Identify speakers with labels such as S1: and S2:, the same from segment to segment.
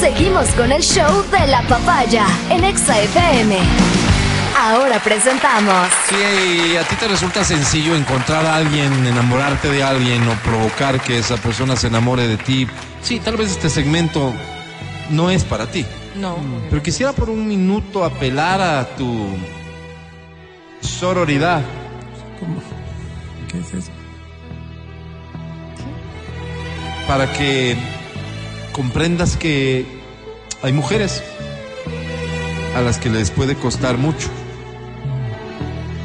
S1: Continuamos con el show de la papaya en Exa FM. Ahora presentamos.
S2: Si a ti te resulta sencillo encontrar a alguien, enamorarte de alguien o provocar que esa persona se enamore de ti, sí, tal vez este segmento no es para ti.
S3: No.
S2: Pero quisiera por un minuto apelar a tu sororidad.
S4: ¿Qué es eso?
S2: para que comprendas que hay mujeres a las que les puede costar mucho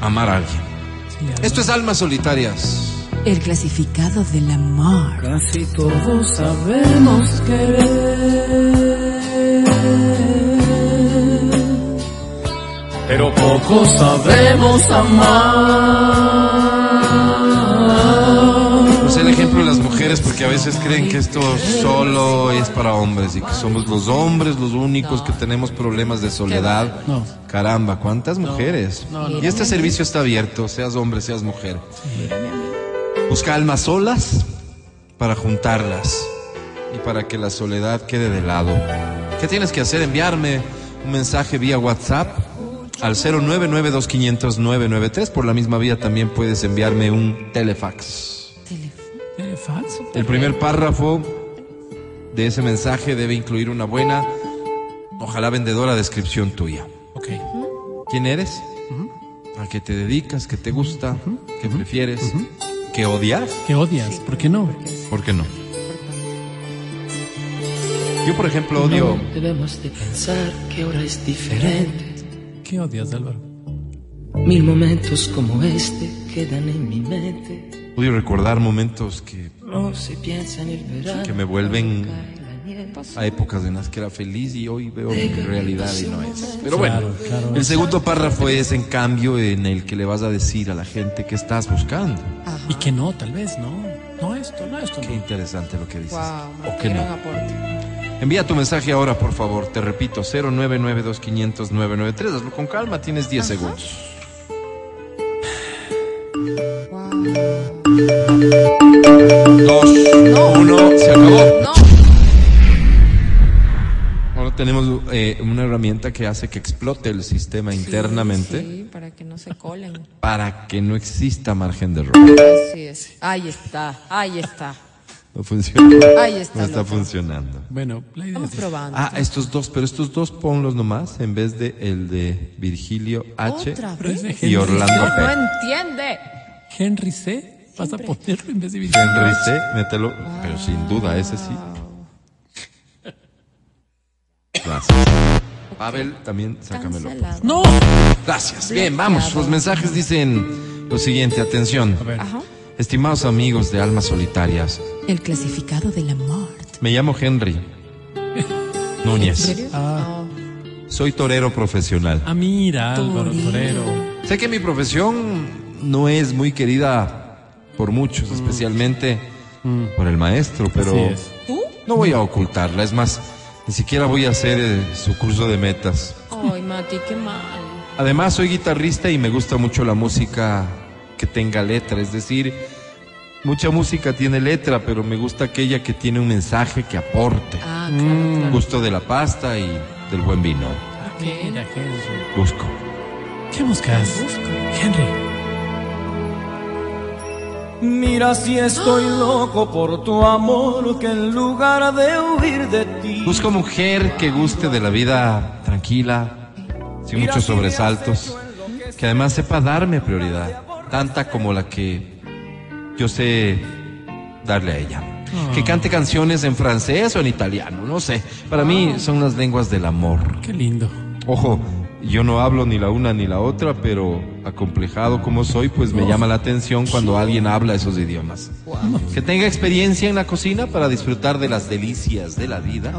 S2: amar a alguien.
S4: Sí, ya.
S2: Esto es Almas Solitarias.
S3: El clasificado del amor.
S4: Casi todos sabemos querer, pero pocos sabemos amar.
S2: Pues el ejemplo de las mujeres porque a veces creen que esto solo es para hombres y que somos los hombres los únicos que tenemos problemas de soledad.
S4: No.
S2: Caramba, ¿cuántas mujeres?
S4: no, no.
S2: Y este servicio está abierto, seas hombre, seas mujer. Busca almas solas para juntarlas y para que la soledad quede de lado. ¿Qué tienes que hacer? Enviarme un mensaje vía WhatsApp al 0992500 Por la misma vía también puedes enviarme un telefax.
S4: ¿Tiene fax?
S2: El primer párrafo de ese mensaje debe incluir una buena, ojalá vendedora descripción tuya.
S4: Ok.
S2: ¿Quién eres? ¿A qué te dedicas? ¿Qué te gusta? ¿Qué prefieres? ¿Qué odias?
S4: ¿Qué odias? ¿Por qué no?
S2: ¿Por qué no? Yo, por ejemplo, odio...
S5: Debemos de pensar que ahora es diferente.
S4: ¿Qué odias, Álvaro?
S5: Mil momentos como este quedan en mi mente.
S2: Odio recordar momentos que,
S5: No se piensa en el verano.
S2: que me vuelven
S5: cae la nieve.
S2: a épocas en las que era feliz y hoy veo mi realidad y no es. Pero bueno,
S4: Claro, claro.
S2: el segundo párrafo es en cambio en el que le vas a decir a la gente que estás buscando.
S4: Y que no, tal vez, no. No esto, no esto.
S2: Qué
S4: No.
S2: interesante lo que dices.
S3: Wow,
S2: ¿O qué no? Envía tu mensaje ahora, por favor. Te repito, 0992500 Hazlo con calma, tienes 10 segundos. Dos, uno, se acabó. Ahora tenemos eh, una herramienta que hace que explote el sistema internamente
S6: Sí, para que no se colen.
S2: para que no exista margen de error.
S6: Así es. Ahí está, ahí está.
S2: No funciona.
S6: Ahí está,
S2: No está
S6: loco.
S2: funcionando.
S4: Bueno, la idea
S6: Vamos
S4: es...
S6: probando.
S2: Ah, estos dos, pero estos dos ponlos nomás en vez de el de Virgilio H
S6: ¿Otra
S4: Pero es de
S2: y
S4: Henry
S2: Orlando
S6: No
S2: P.
S6: entiende.
S4: C. Henry C. Vas a ponerlo en vez de Virgilio.
S2: Henry C, mételo, pero sin duda, ese sí. Gracias. Pavel, también sácamelo.
S6: Cancelado.
S4: ¡No!
S2: Gracias. Bien, vamos. Los mensajes dicen lo siguiente, atención.
S4: ver.
S2: Estimados amigos de Almas Solitarias,
S3: El clasificado del amor.
S2: me llamo Henry Núñez.
S4: Ah,
S2: Soy torero profesional.
S4: ah, mira, Álvaro
S3: Torero.
S4: Torero.
S2: Sé que mi profesión no es muy querida por muchos, especialmente por el maestro, pero
S4: Mm. Así es. Mm.
S6: ¿Tú?
S2: no voy a ocultarla. Es más, ni siquiera voy a hacer eh, su curso de metas.
S6: Ay, Mati, qué mal.
S2: Además, soy guitarrista y me gusta mucho la música que tenga letra. Es decir, mucha música tiene letra, pero me gusta aquella que tiene un mensaje que aporte.
S6: Ah, claro, claro.
S2: Gusto de la pasta y del buen vino.
S4: Mira, Henry.
S2: Busco.
S4: ¿Qué buscas? Henry.
S7: Mira si estoy loco por tu amor, que en lugar de huir de ti.
S2: Busco mujer que guste de la vida tranquila, sin muchos sobresaltos, que además sepa darme prioridad, tanta como la que yo sé darle a ella. Que cante canciones en francés o en italiano, no sé. Para mí son las lenguas del amor.
S4: Qué lindo.
S2: Ojo, yo no hablo ni la una ni la otra, pero acomplejado como soy, pues me llama la atención cuando alguien habla esos idiomas. Que tenga experiencia en la cocina para disfrutar de las delicias de la vida.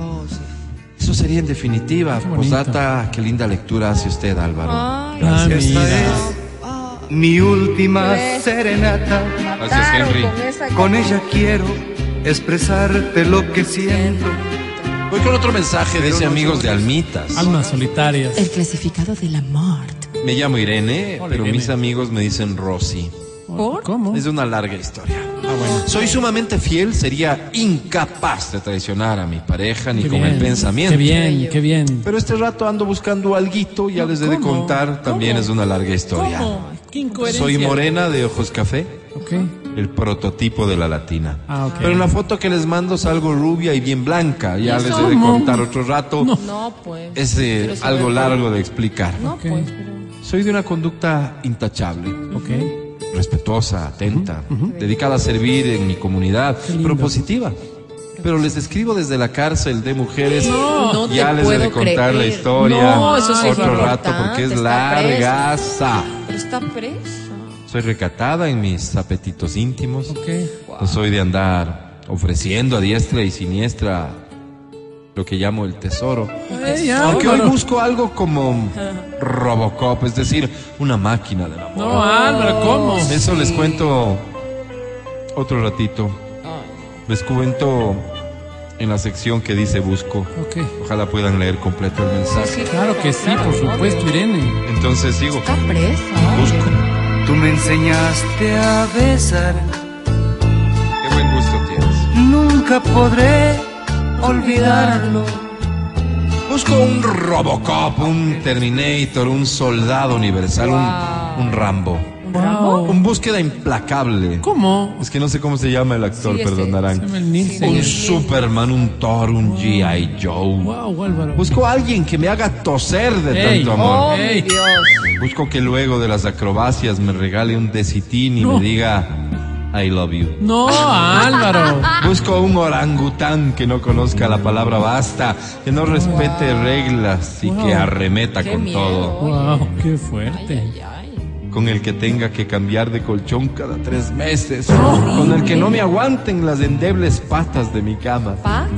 S2: Eso sería en definitiva.
S4: Oh, Qué bonito.
S2: Posdata, qué linda lectura hace usted, Álvaro.
S6: Ay,
S4: Ah, mira.
S7: Mi última
S6: Tres.
S7: serenata,
S2: Gracias, Henry.
S6: Con esa
S7: con ella quiero expresarte lo que siento.
S2: Voy con otro mensaje de ese amigos de Almitas.
S4: Almas solitarias.
S3: El clasificado del amor.
S2: Me llamo Irene,
S4: Hola,
S2: pero
S4: Irene.
S2: mis amigos me dicen Rosy.
S6: ¿Por?
S4: ¿Cómo?
S2: Es una larga historia.
S4: Ah,
S2: Soy sumamente fiel, sería incapaz de traicionar a mi pareja ni
S4: Qué
S2: con el
S4: bien,
S2: pensamiento.
S4: Qué bien, qué bien.
S2: Pero este rato ando buscando alguito, ya les he de
S4: ¿Cómo?
S2: contar, también
S4: ¿Cómo?
S2: es una larga historia.
S4: ¿Cómo? Qué incoherencia.
S2: Soy morena de ojos café,
S4: Ok.
S2: el prototipo de la latina.
S4: Ah, ok.
S2: Pero en la foto que les mando salgo rubia y bien blanca, ya les he de
S4: ¿Cómo?
S2: contar otro rato.
S6: No, pues.
S2: Es eh,
S6: Pero se
S2: algo
S6: ve-
S2: largo de explicar.
S6: No,
S4: Ok.
S6: pues, pero.
S2: Soy de una conducta intachable,
S4: Ok.
S2: respetuosa, atenta, dedicada a servir en mi comunidad, propositiva. Pero les escribo desde la cárcel de mujeres.
S6: No
S2: ya
S6: te
S2: les he de
S6: puedo
S2: contar la
S6: creer.
S2: historia
S6: No, eso sí es
S2: otro rato porque
S6: importante,
S2: es
S6: está
S2: largaza.
S6: Pero está preso.
S2: Soy recatada en mis apetitos íntimos.
S4: Ok.
S2: No soy de andar ofreciendo a diestra y siniestra lo que llamo el tesoro.
S4: Ey, ya,
S2: Aunque hoy
S4: Álvaro.
S2: busco algo como Robocop, es decir, una máquina del amor.
S4: No, Álvaro, ¿cómo?
S2: Eso les cuento otro ratito. Les cuento en la sección que dice busco.
S4: Ok.
S2: Ojalá puedan leer completo el mensaje.
S4: Claro que sí, por supuesto, Ah, Irene.
S2: Entonces digo,
S6: Está preso.
S2: busco.
S8: Tú me enseñaste a besar,
S2: Qué buen gusto tienes.
S8: nunca podré olvidarlo.
S2: Busco un Robocop, un Terminator, un soldado universal, un, un Rambo.
S6: Oh.
S4: Wow.
S2: Un búsqueda implacable.
S4: ¿Cómo?
S2: Es que no sé cómo se llama el actor,
S6: Sí, este,
S2: perdonarán.
S4: se llama el eh. Nielsen.
S2: Un
S4: Sí.
S2: Superman, un Thor, un G.I. Joe.
S4: Wow, Álvaro.
S2: Busco a alguien que me haga toser de
S4: Ey.
S2: tanto amor.
S6: Oh, mi
S4: Ey.
S6: Dios.
S2: Busco que luego de las acrobacias me regale un decitín y
S4: No.
S2: me diga I love you.
S4: No, Álvaro.
S2: Busco un orangután que no conozca la palabra basta, que no respete reglas y que arremeta
S6: Qué
S2: con
S6: miedo.
S2: todo,
S4: Wow, qué fuerte.
S6: Ay, ay.
S2: con el que tenga que cambiar de colchón cada tres meses, con el que no me aguanten las endebles patas de mi cama,
S6: Pa,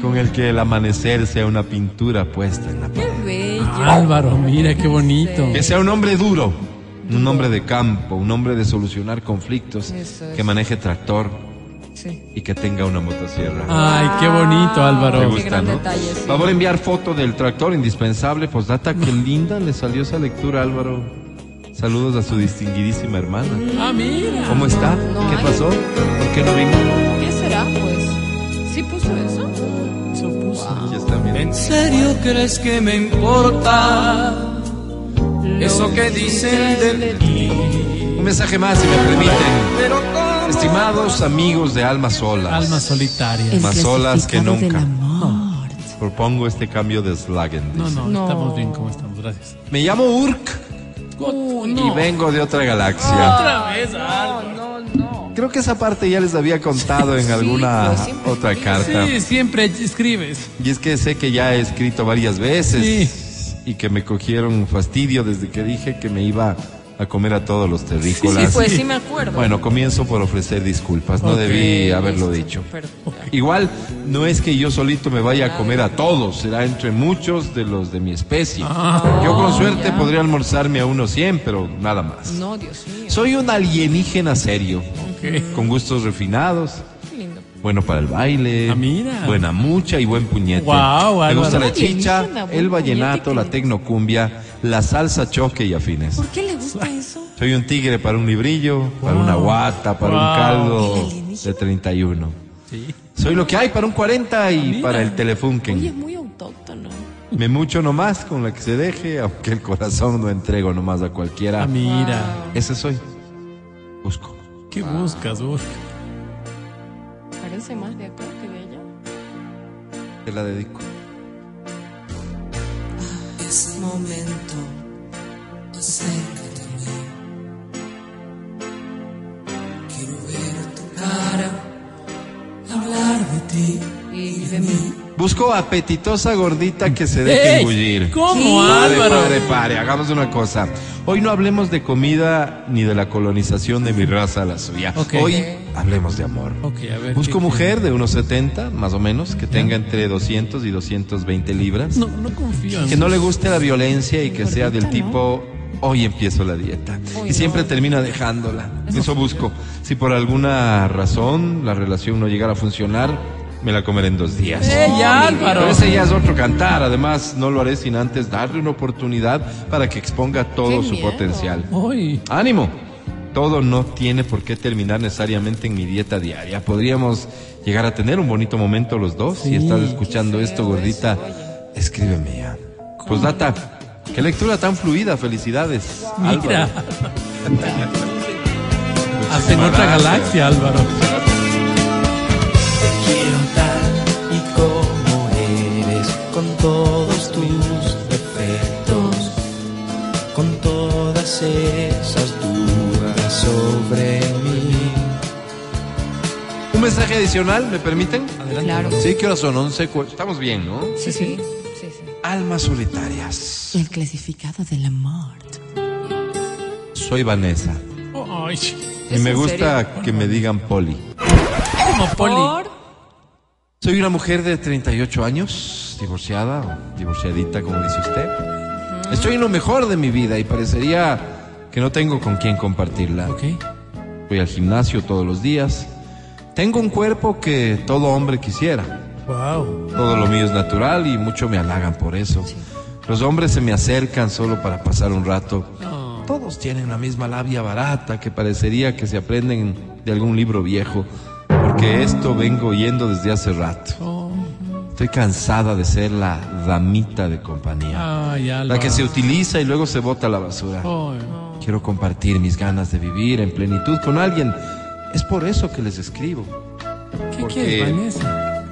S2: con el que el amanecer sea una pintura puesta en la
S6: qué
S2: pared.
S6: bello.
S4: Álvaro, mira qué bonito.
S2: Que sea un hombre duro, un hombre de campo, un hombre de solucionar conflictos,
S6: Eso es.
S2: que maneje tractor
S6: Sí.
S2: y que tenga una motosierra.
S7: Ah,
S4: Ay, qué bonito,
S2: Me
S6: Qué
S4: Álvaro.
S2: gusta,
S6: gran
S2: ¿no?
S6: detalle, sí.
S2: Favor enviar foto del tractor indispensable. Postdata, qué linda le salió esa lectura, Álvaro. Saludos a su distinguidísima hermana.
S4: Ah, mira.
S2: ¿Cómo está?
S6: no
S2: ¿Qué
S6: hay.
S2: pasó? ¿Por qué no vino?
S6: ¿Qué será, pues? ¿Sí puso eso?
S2: Ya está, mira.
S8: ¿En serio crees que me importa?
S7: Eso que dicen de ti.
S2: Un mensaje más, si me permiten.
S7: Pero cómo
S2: Estimados amigos de Almas Solas.
S4: Almas solitarias.
S3: El
S2: Más solas que
S3: clasificado del
S2: nunca.
S3: amor.
S2: Propongo este cambio de slogan.
S4: No,
S2: dice.
S4: no,
S6: No.
S4: estamos bien como estamos, gracias.
S2: Me llamo Urk
S6: Uh,
S2: y
S6: no.
S2: vengo de otra galaxia.
S4: Otra vez, Álvaro.
S6: No, no.
S2: Creo que esa parte ya les había contado en
S6: sí,
S2: alguna
S6: lo siempre
S2: otra
S6: digo.
S2: carta.
S4: Sí, siempre escribes.
S2: Y es que sé que ya he escrito varias veces
S4: Sí.
S2: y que me cogieron fastidio desde que dije que me iba a comer a todos los terrícolas.
S6: Sí, pues sí me acuerdo.
S2: Bueno, comienzo por ofrecer disculpas, no
S4: Ok,
S2: debí haberlo dicho.
S6: listo, per-
S2: Igual no es que yo solito me vaya a comer a todos, será entre muchos de los de mi especie. Yo con suerte podría almorzarme a unos 100, pero nada más.
S6: No, Dios mío.
S2: Soy un alienígena serio,
S4: Ok.
S2: con gustos refinados,
S6: Qué lindo.
S2: bueno para el baile,
S4: Ah, mira.
S2: buena mucha y buen puñete.
S4: Guau,
S2: Me
S4: Álvaro.
S2: gusta la
S6: Oye,
S2: chicha,
S6: indígena, buen
S2: el vallenato,
S6: puñete,
S2: la
S6: ¿qué?
S2: tecnocumbia, la salsa choque y afines.
S6: ¿Por qué le gusta eso?
S2: Soy un tigre para un librillo, para una guata, para un
S4: Guau.
S2: caldo de 31.
S4: Sí.
S2: Soy lo que hay para un 40 y
S4: Ah,
S2: para el
S6: Oye,
S2: telefunken.
S6: es muy autóctono.
S2: Me mucho nomás con la que se deje, aunque el corazón no entrego nomás a cualquiera.
S4: Ah, mira.
S2: Ese soy. Busco.
S4: ¿Qué buscas, vos?
S6: Parece más de acá que de allá.
S2: Te la dedico.
S3: Es momento. Acércate a mí. Quiero ver tu cara, hablar de ti.
S6: Y de mí.
S2: Busco apetitosa gordita que se deje
S4: Ey,
S2: engullir.
S4: ¿Cómo,
S2: Pare,
S4: Álvaro?
S2: pare, pare, hagamos una cosa. Hoy no hablemos de comida ni de la colonización de mi raza a la suya.
S4: Ok.
S2: Hoy hablemos de amor.
S4: Ok, a ver.
S2: Busco
S4: ¿qué-
S2: mujer de unos 70, más o menos, que tenga entre 200 y 220 libras,
S4: No, no confío en
S2: que no le guste la violencia y que sea del tipo hoy empiezo la dieta y siempre termina dejándola. Eso busco. Si por alguna razón la relación no llegara a funcionar, me la comeré en dos días.
S4: ¡Ey, Álvaro!
S2: Pero ese ya es otro cantar. Además, no lo haré sin antes darle una oportunidad para que exponga todo
S6: ¡Qué
S2: su
S6: miedo!
S2: potencial.
S4: Uy,
S2: Ánimo. todo no tiene por qué terminar necesariamente en mi dieta diaria. Podríamos llegar a tener un bonito momento los dos. Si estás escuchando esto, gordita, escríbeme ya. Pues data, qué lectura tan fluida, felicidades.
S4: Mira.
S2: Álvaro.
S4: Hasta en otra
S2: gracias.
S4: galaxia, Álvaro.
S8: Te quiero tal y como eres, con todos tus defectos, con todas esas dudas sobre mí.
S2: Un mensaje adicional, ¿me permiten?
S6: Claro.
S2: Sí, ¿qué horas son? 11. cu- Estamos bien, ¿no?
S6: Sí, sí. sí, sí.
S2: Almas solitarias.
S6: El clasificado del amor.
S2: Soy Vanessa.
S4: Ay,
S2: Y me gusta que me digan Poli.
S4: como Poli.
S6: Por
S2: Soy una mujer de 38 años, divorciada, o divorciadita como dice usted. Estoy en lo mejor de mi vida y parecería que no tengo con quién compartirla.
S4: Ok.
S2: Voy al gimnasio todos los días. Tengo un cuerpo que todo hombre quisiera.
S4: Wow.
S2: Todo lo mío es natural y mucho me halagan por eso. Los hombres se me acercan solo para pasar un rato. Todos tienen la misma labia barata que parecería que se aprenden de algún libro viejo, porque esto vengo oyendo desde hace rato.
S4: Oh.
S2: Estoy cansada de ser la damita de compañía,
S4: Ay, Álvaro.
S2: la que se utiliza y luego se bota a la basura.
S4: Ay.
S2: Quiero compartir mis ganas de vivir en plenitud con alguien. Es por eso que les escribo,
S4: ¿Qué
S2: Porque-
S4: quieres, Vanessa?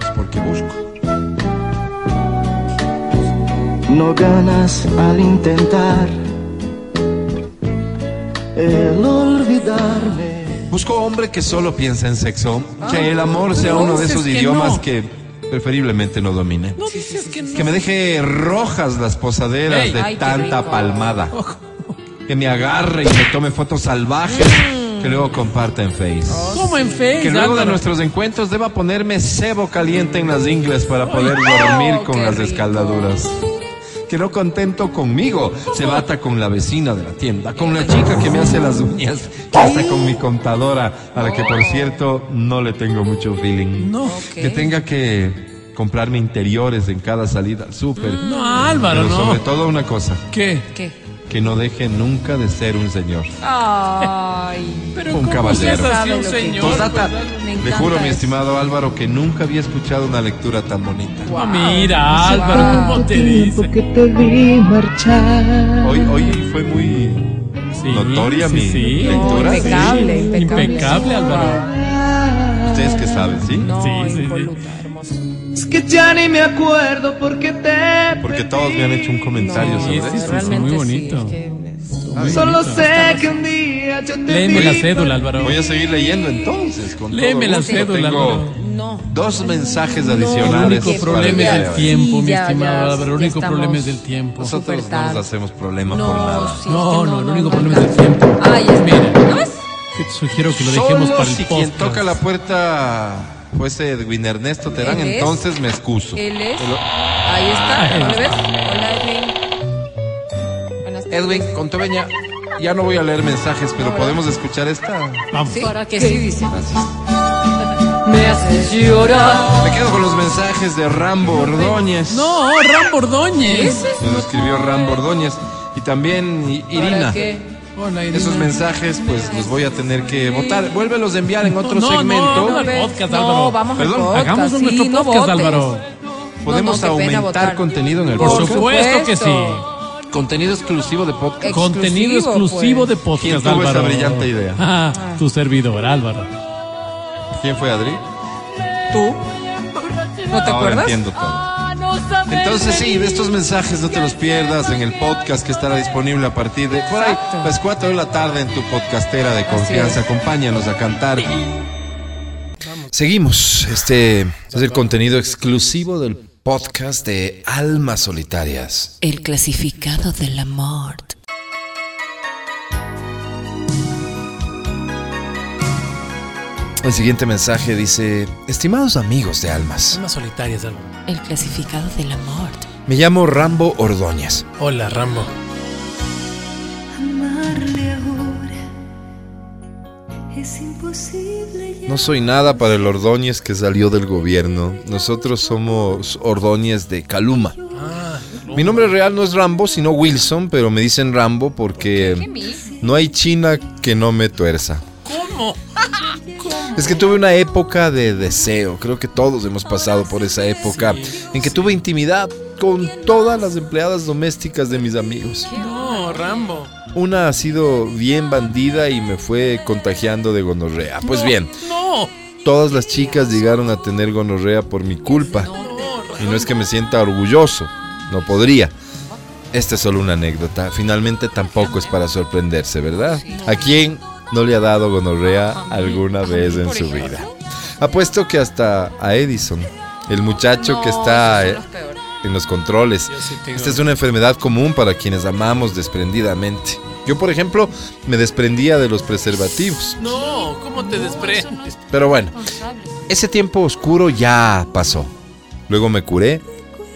S2: es porque busco.
S9: No ganas al intentar el olvidarme.
S2: Busco hombre que solo piensa en sexo, que el amor sea uno de
S4: dices
S2: esos
S4: que
S2: idiomas
S4: no.
S2: que preferiblemente no domine.
S4: No dices que no.
S2: Que me deje rojas las posaderas
S4: Ey.
S2: de
S6: Ay, qué
S2: tanta
S6: rico.
S2: palmada. Que me agarre y me tome fotos salvajes que luego comparta en Face.
S4: Como en Facebook.
S2: Que luego de nuestros encuentros deba ponerme cebo caliente en las ingles para poder dormir con
S6: qué
S2: las
S6: rico.
S2: descaldaduras. Que no contento conmigo, se bata con la vecina de la tienda, con la chica que me hace las uñas, que hasta con mi contadora, a la que por cierto no le tengo mucho feeling.
S4: No.
S2: Que tenga que comprarme interiores en cada salida al súper.
S4: Mm. No, Álvaro,
S2: Pero sobre
S4: no.
S2: todo una cosa,
S4: ¿Qué?
S6: ¿Qué?
S2: que no deje nunca de ser un señor.
S6: Ay.
S4: Pero
S2: Pues Un
S4: ¿cómo
S2: caballero.
S4: seas así
S6: Sabe
S4: un
S6: lo que-
S4: señor?
S2: Postdata,
S6: Me
S2: le
S6: encanta
S2: juro, mi
S6: eso.
S2: estimado Álvaro, que nunca había escuchado una lectura tan bonita.
S4: Ah, mira, Álvaro, ¿cómo te dice?
S9: que te vi marchar.
S2: Hoy, hoy fue muy
S4: Sí,
S2: notoria
S4: sí,
S2: mi
S4: sí.
S2: lectura.
S6: No, impecable,
S4: Sí,
S6: impecable.
S4: impecable, Álvaro.
S2: Ustedes que saben, ¿sí?
S6: No,
S4: Sí, sí, sí.
S6: impoluta, hermoso.
S9: Es que ya ni me acuerdo porque te.
S2: Porque todos me han hecho un comentario
S6: No,
S2: sobre
S4: sí,
S2: eso.
S4: sí,
S6: realmente
S4: muy
S6: sí,
S4: bonito.
S6: es que-
S4: Muy
S9: Solo
S4: bonito.
S9: sé que un día yo te
S4: Léeme
S9: vi
S4: la cédula, Álvaro.
S2: Voy a seguir leyendo entonces. Con todo
S4: Léeme la
S2: gusto.
S4: cédula,
S2: Tengo
S4: Álvaro.
S6: No.
S2: dos mensajes
S4: El
S2: adicionales.
S4: único
S2: para
S6: Qué
S2: el
S4: problema
S2: día de
S4: es
S6: barbaridad.
S4: el
S2: hoy.
S4: tiempo,
S6: Sí,
S4: mi
S6: ya,
S4: estimado
S6: ya,
S4: Álvaro. El
S6: ya
S4: único
S6: estamos-
S4: problema es el tiempo.
S2: Nosotros no nos
S6: tarde.
S2: hacemos problema por
S6: No,
S2: nada.
S6: sí, es que
S4: No, no, el único
S6: no,
S4: problema
S6: no.
S4: es el tiempo.
S6: Ay, es
S4: Mira,
S6: ¿No ves?
S4: que te sugiero que lo dejemos
S2: Solo
S4: para el
S2: si quien
S4: podcast.
S2: toca la puerta fuese Edwin Ernesto Terán,
S6: Él es.
S2: entonces me excuso.
S6: Él es. Ahí está. ¿Lo ves? Hola, Edwin. Buenas tardes.
S2: Edwin, con tu veña, ya no voy a leer mensajes, pero podemos escuchar esta.
S4: Vamos.
S6: Sí, ¿Para que sí dice?
S8: Me haces llorar.
S2: Me quedo con los mensajes de Rambo Ordóñez.
S4: No, Rambo Ordóñez.
S2: Nos escribió Rambo Ordóñez y también I- Irina.
S6: ¿Qué?
S4: Hola, Irina.
S2: Esos mensajes, pues los voy a tener que votar. Vuélvelos a enviar en otro
S4: No, no,
S2: segmento.
S4: no,
S6: ¿Lo ves?
S4: podcast, Álvaro.
S6: No, vamos al
S2: Perdón,
S6: podcast.
S4: Hagamos un nuestro
S6: sí, no
S4: podcast,
S6: votes.
S4: Álvaro.
S2: Podemos
S6: No, no, qué pena
S2: aumentar
S6: votar.
S2: contenido en el
S4: Por,
S2: podcast.
S4: supuesto que sí.
S6: supuesto.
S2: Contenido exclusivo de podcast.
S6: Ex-
S4: Contenido exclusivo
S6: pues.
S4: de podcast,
S2: ¿Quién tuvo esa
S4: Álvaro.
S2: brillante idea?
S4: Ah, tu servidor, Álvaro.
S2: ¿Quién fue Adri?
S6: ¿Tú? ¿No te
S2: Ahora
S6: acuerdas?
S2: entiendo todo. Entonces sí, de estos mensajes no te los pierdas en el podcast que estará disponible a partir de por ahí,
S6: Exacto.
S2: las 4 de la tarde en tu podcastera de confianza. Acompáñanos a cantar. Seguimos. Este es el contenido exclusivo del podcast de Almas Solitarias.
S6: El clasificado del amor.
S2: El siguiente mensaje dice, estimados amigos de almas,
S4: Almas solitarias, Álvaro.
S6: El clasificado del amor.
S2: me llamo Rambo Ordóñez.
S4: Hola, Rambo.
S2: No soy nada para el Ordóñez que salió del gobierno. Nosotros somos Ordóñez de Caluma. Mi nombre real no es Rambo, sino Wilson, pero me dicen Rambo
S10: ¿Qué
S2: porque
S10: mis?
S2: no hay china que no me tuerza.
S4: ¿Cómo?
S2: Es que tuve una época de deseo, creo que todos hemos pasado por esa época, en que tuve intimidad con todas las empleadas domésticas de mis amigos.
S4: No, Rambo.
S2: Una ha sido bien bandida y me fue contagiando de gonorrea. Pues bien,
S4: No.
S2: todas las chicas llegaron a tener gonorrea por mi culpa. Y no es que me sienta orgulloso, no podría. Esta es solo una anécdota, finalmente tampoco es para sorprenderse, ¿verdad? ¿A quién no le ha dado gonorrea alguna vez en
S10: por
S2: su
S10: ejemplo.
S2: vida? Apuesto que hasta a Edison, el muchacho
S10: No,
S2: que está
S10: esos
S2: eh,
S10: son los peores.
S2: en los controles.
S4: Yo sí tengo-
S2: Esta es una enfermedad común para quienes amamos desprendidamente. Yo, por ejemplo, me desprendía de los preservativos.
S4: No, ¿cómo te desprendes?
S2: Pero bueno, ese tiempo oscuro ya pasó. Luego me curé,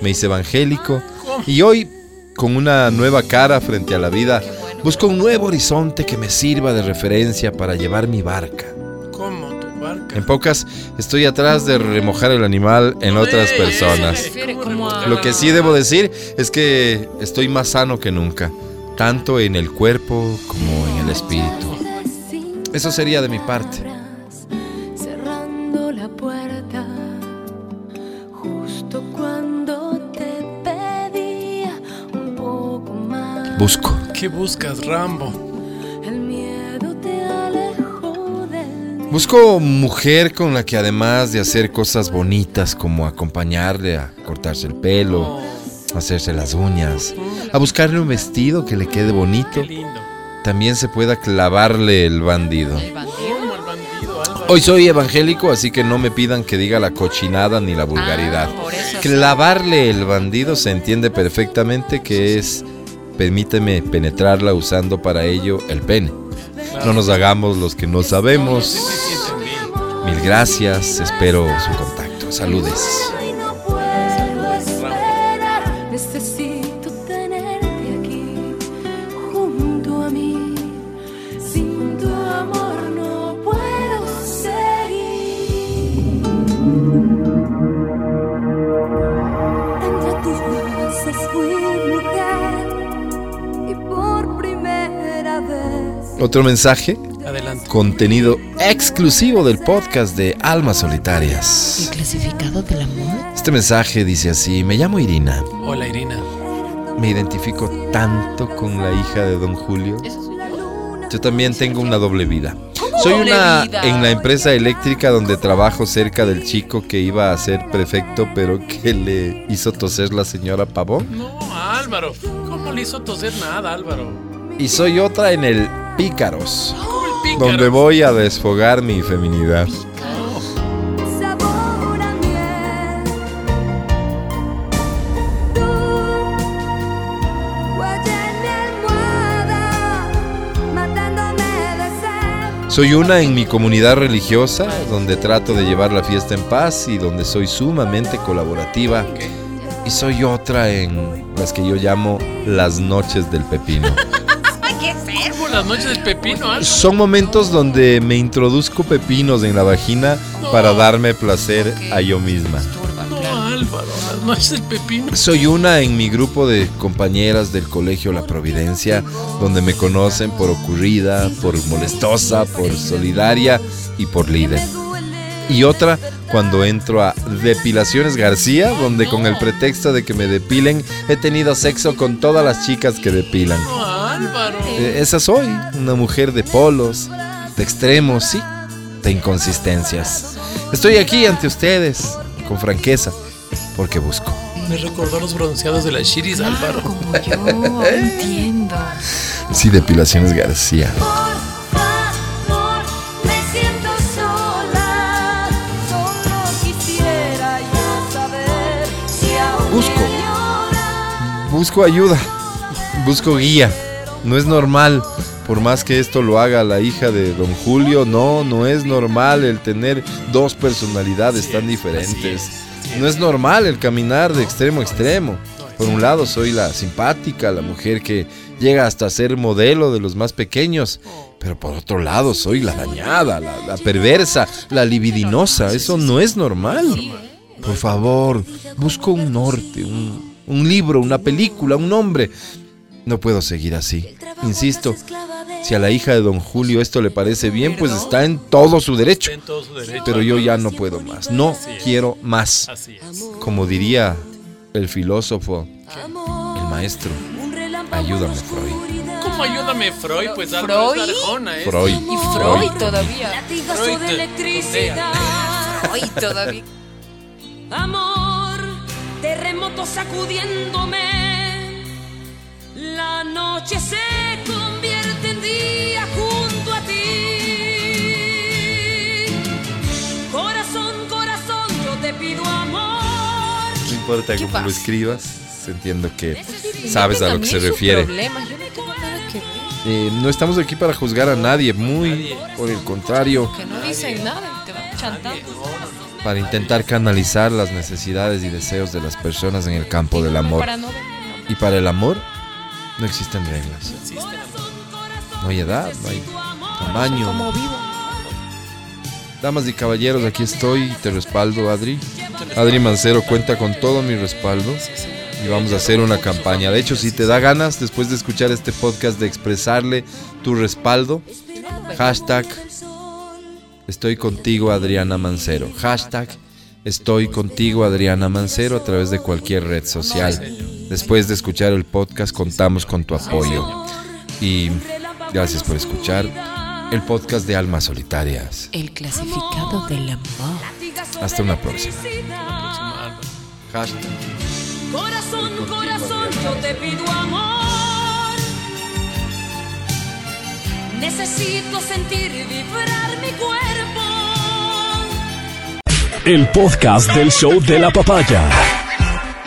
S2: me hice evangélico y hoy, con una nueva cara frente a la vida, busco un nuevo horizonte que me sirva de referencia para llevar mi barca.
S4: ¿Cómo tu barca?
S2: En pocas, estoy atrás de remojar el animal en otras
S4: Ey, ey,
S2: personas.
S4: ey, ¿cómo
S10: Como a-
S4: remontar?
S2: Lo que sí debo decir es que estoy más sano que nunca, tanto en el cuerpo como en el espíritu. Eso sería de mi parte.
S6: Cerrando la puerta, justo cuando te pedía un poco más.
S2: Busco.
S4: ¿Qué buscas, Rambo?
S6: El miedo te alejó del
S2: Busco mujer con la que además de hacer cosas bonitas como acompañarle a cortarse el pelo, hacerse las uñas, a buscarle un vestido que le quede bonito,
S4: Qué lindo.
S2: también se pueda clavarle el bandido.
S10: El bandido.
S4: Como el bandido, Álvaro.
S2: Hoy soy evangélico, así que no me pidan que diga la cochinada ni la vulgaridad.
S10: Ah, por eso.
S2: Clavarle el bandido se entiende perfectamente que es permíteme penetrarla usando para ello el pene. No nos hagamos los que no sabemos. Mil gracias, espero su contacto. Saludes.
S6: y no puedo esperar. Necesito tenerte aquí, junto a mí. Sin tu amor no puedo seguir. Entre tus brazos fui mujer y por primera vez.
S2: Otro mensaje,
S4: Adelante.
S2: contenido exclusivo del podcast de Almas Solitarias.
S10: clasificado del amor?
S2: Este mensaje dice así, me llamo Irina.
S4: Hola, Irina.
S2: Me identifico tanto con la hija de don Julio.
S10: Eso soy yo.
S2: Yo también tengo una doble vida. Soy
S10: doble
S2: una
S10: vida?
S2: en la empresa eléctrica donde trabajo cerca del chico que iba a ser prefecto, pero que le hizo toser la señora Pavón.
S4: No, Álvaro. ¿Cómo le hizo toser nada, Álvaro?
S2: Y soy otra en el Pícaros,
S4: ¿Cómo el pícaro?
S2: donde voy a desfogar mi feminidad.
S6: Sabor a miel. Tú, huella en mi almohada, matándome de sed.
S2: Soy una en mi comunidad religiosa, donde trato de llevar la fiesta en paz y donde soy sumamente colaborativa. Y soy otra en las que yo llamo las noches del pepino.
S4: ¿Cómo las noches del pepino, Álvaro?
S2: Son momentos donde me introduzco pepinos en la vagina para darme placer a yo misma.
S4: No, Álvaro. Las noches del pepino.
S2: Soy una en mi grupo de compañeras del colegio La Providencia, donde me conocen por ocurrida, por molestosa, por solidaria y por líder. Y otra cuando entro a Depilaciones García, donde con el pretexto de que me depilen, he tenido sexo con todas las chicas que depilan.
S4: No, Álvaro.
S2: Eh, Esa soy, una mujer de polos, de extremos, sí, de inconsistencias. Estoy aquí ante ustedes, con franqueza, porque busco.
S4: Me recordó a los bronceados de las Shiris, Álvaro.
S10: Como yo. Entiendo.
S2: Sí, Depilaciones García.
S6: Por favor, me siento sola. Solo quisiera yo saber si aún
S2: Busco.
S6: me llora.
S2: Busco ayuda, busco guía. No es normal, por más que esto lo haga la hija de don Julio, no, no es normal el tener dos personalidades tan diferentes. No es normal el caminar de extremo a extremo. Por un lado soy la simpática, la mujer que llega hasta ser modelo de los más pequeños, pero por otro lado soy la dañada, la, la perversa, la libidinosa. Eso no es normal. Por favor, busco un norte, un, un libro, una película, un nombre. No puedo seguir así. Insisto, si a la hija de don Julio esto le parece bien, pues está en todo su derecho. Pero yo ya no puedo más. No quiero más. Como diría el filósofo, el maestro, ayúdame, Freud.
S4: ¿Cómo ayúdame, Freud? Pues algo
S6: Freud.
S4: es Arjona, ¿eh?
S2: Freud.
S6: Y Freud todavía.
S4: Freud de electricidad.
S6: Freud todavía.
S10: Amor, terremoto sacudiéndome. La noche se convierte en día junto a ti. Corazón, corazón, yo te pido amor.
S2: No importa
S6: ¿Qué
S2: cómo lo
S6: pasa?
S2: escribas, entiendo que
S6: Sí,
S2: sabes a lo que
S6: también
S2: se
S6: es su
S2: refiere.
S6: problema, Yo no tengo nada que ver.
S2: Eh, no estamos aquí para juzgar a nadie, muy por el contrario,
S6: Que no dicen nada y te van chantando.
S2: para intentar canalizar las necesidades y deseos de las personas en el campo del amor.
S6: Para no ver.
S2: Y para el amor no existen reglas. No hay edad, no hay tamaño.
S6: Como vivo.
S2: Damas y caballeros, aquí estoy, te respaldo, Adri. Adri Mancero cuenta con todo mi respaldo y vamos a hacer una campaña. De hecho, si te da ganas, después de escuchar este podcast, de expresarle tu respaldo, hashtag estoy contigo, Adriana Mancero. Hashtag estoy contigo, Adriana Mancero, a través de cualquier red social. Después de escuchar el podcast, contamos con tu apoyo. Y gracias por escuchar el podcast de Almas Solitarias.
S6: El clasificado del amor.
S2: Hasta una próxima.
S10: Corazón, corazón, yo te pido amor. Necesito sentir vibrar mi cuerpo.
S11: El podcast del show de la papaya.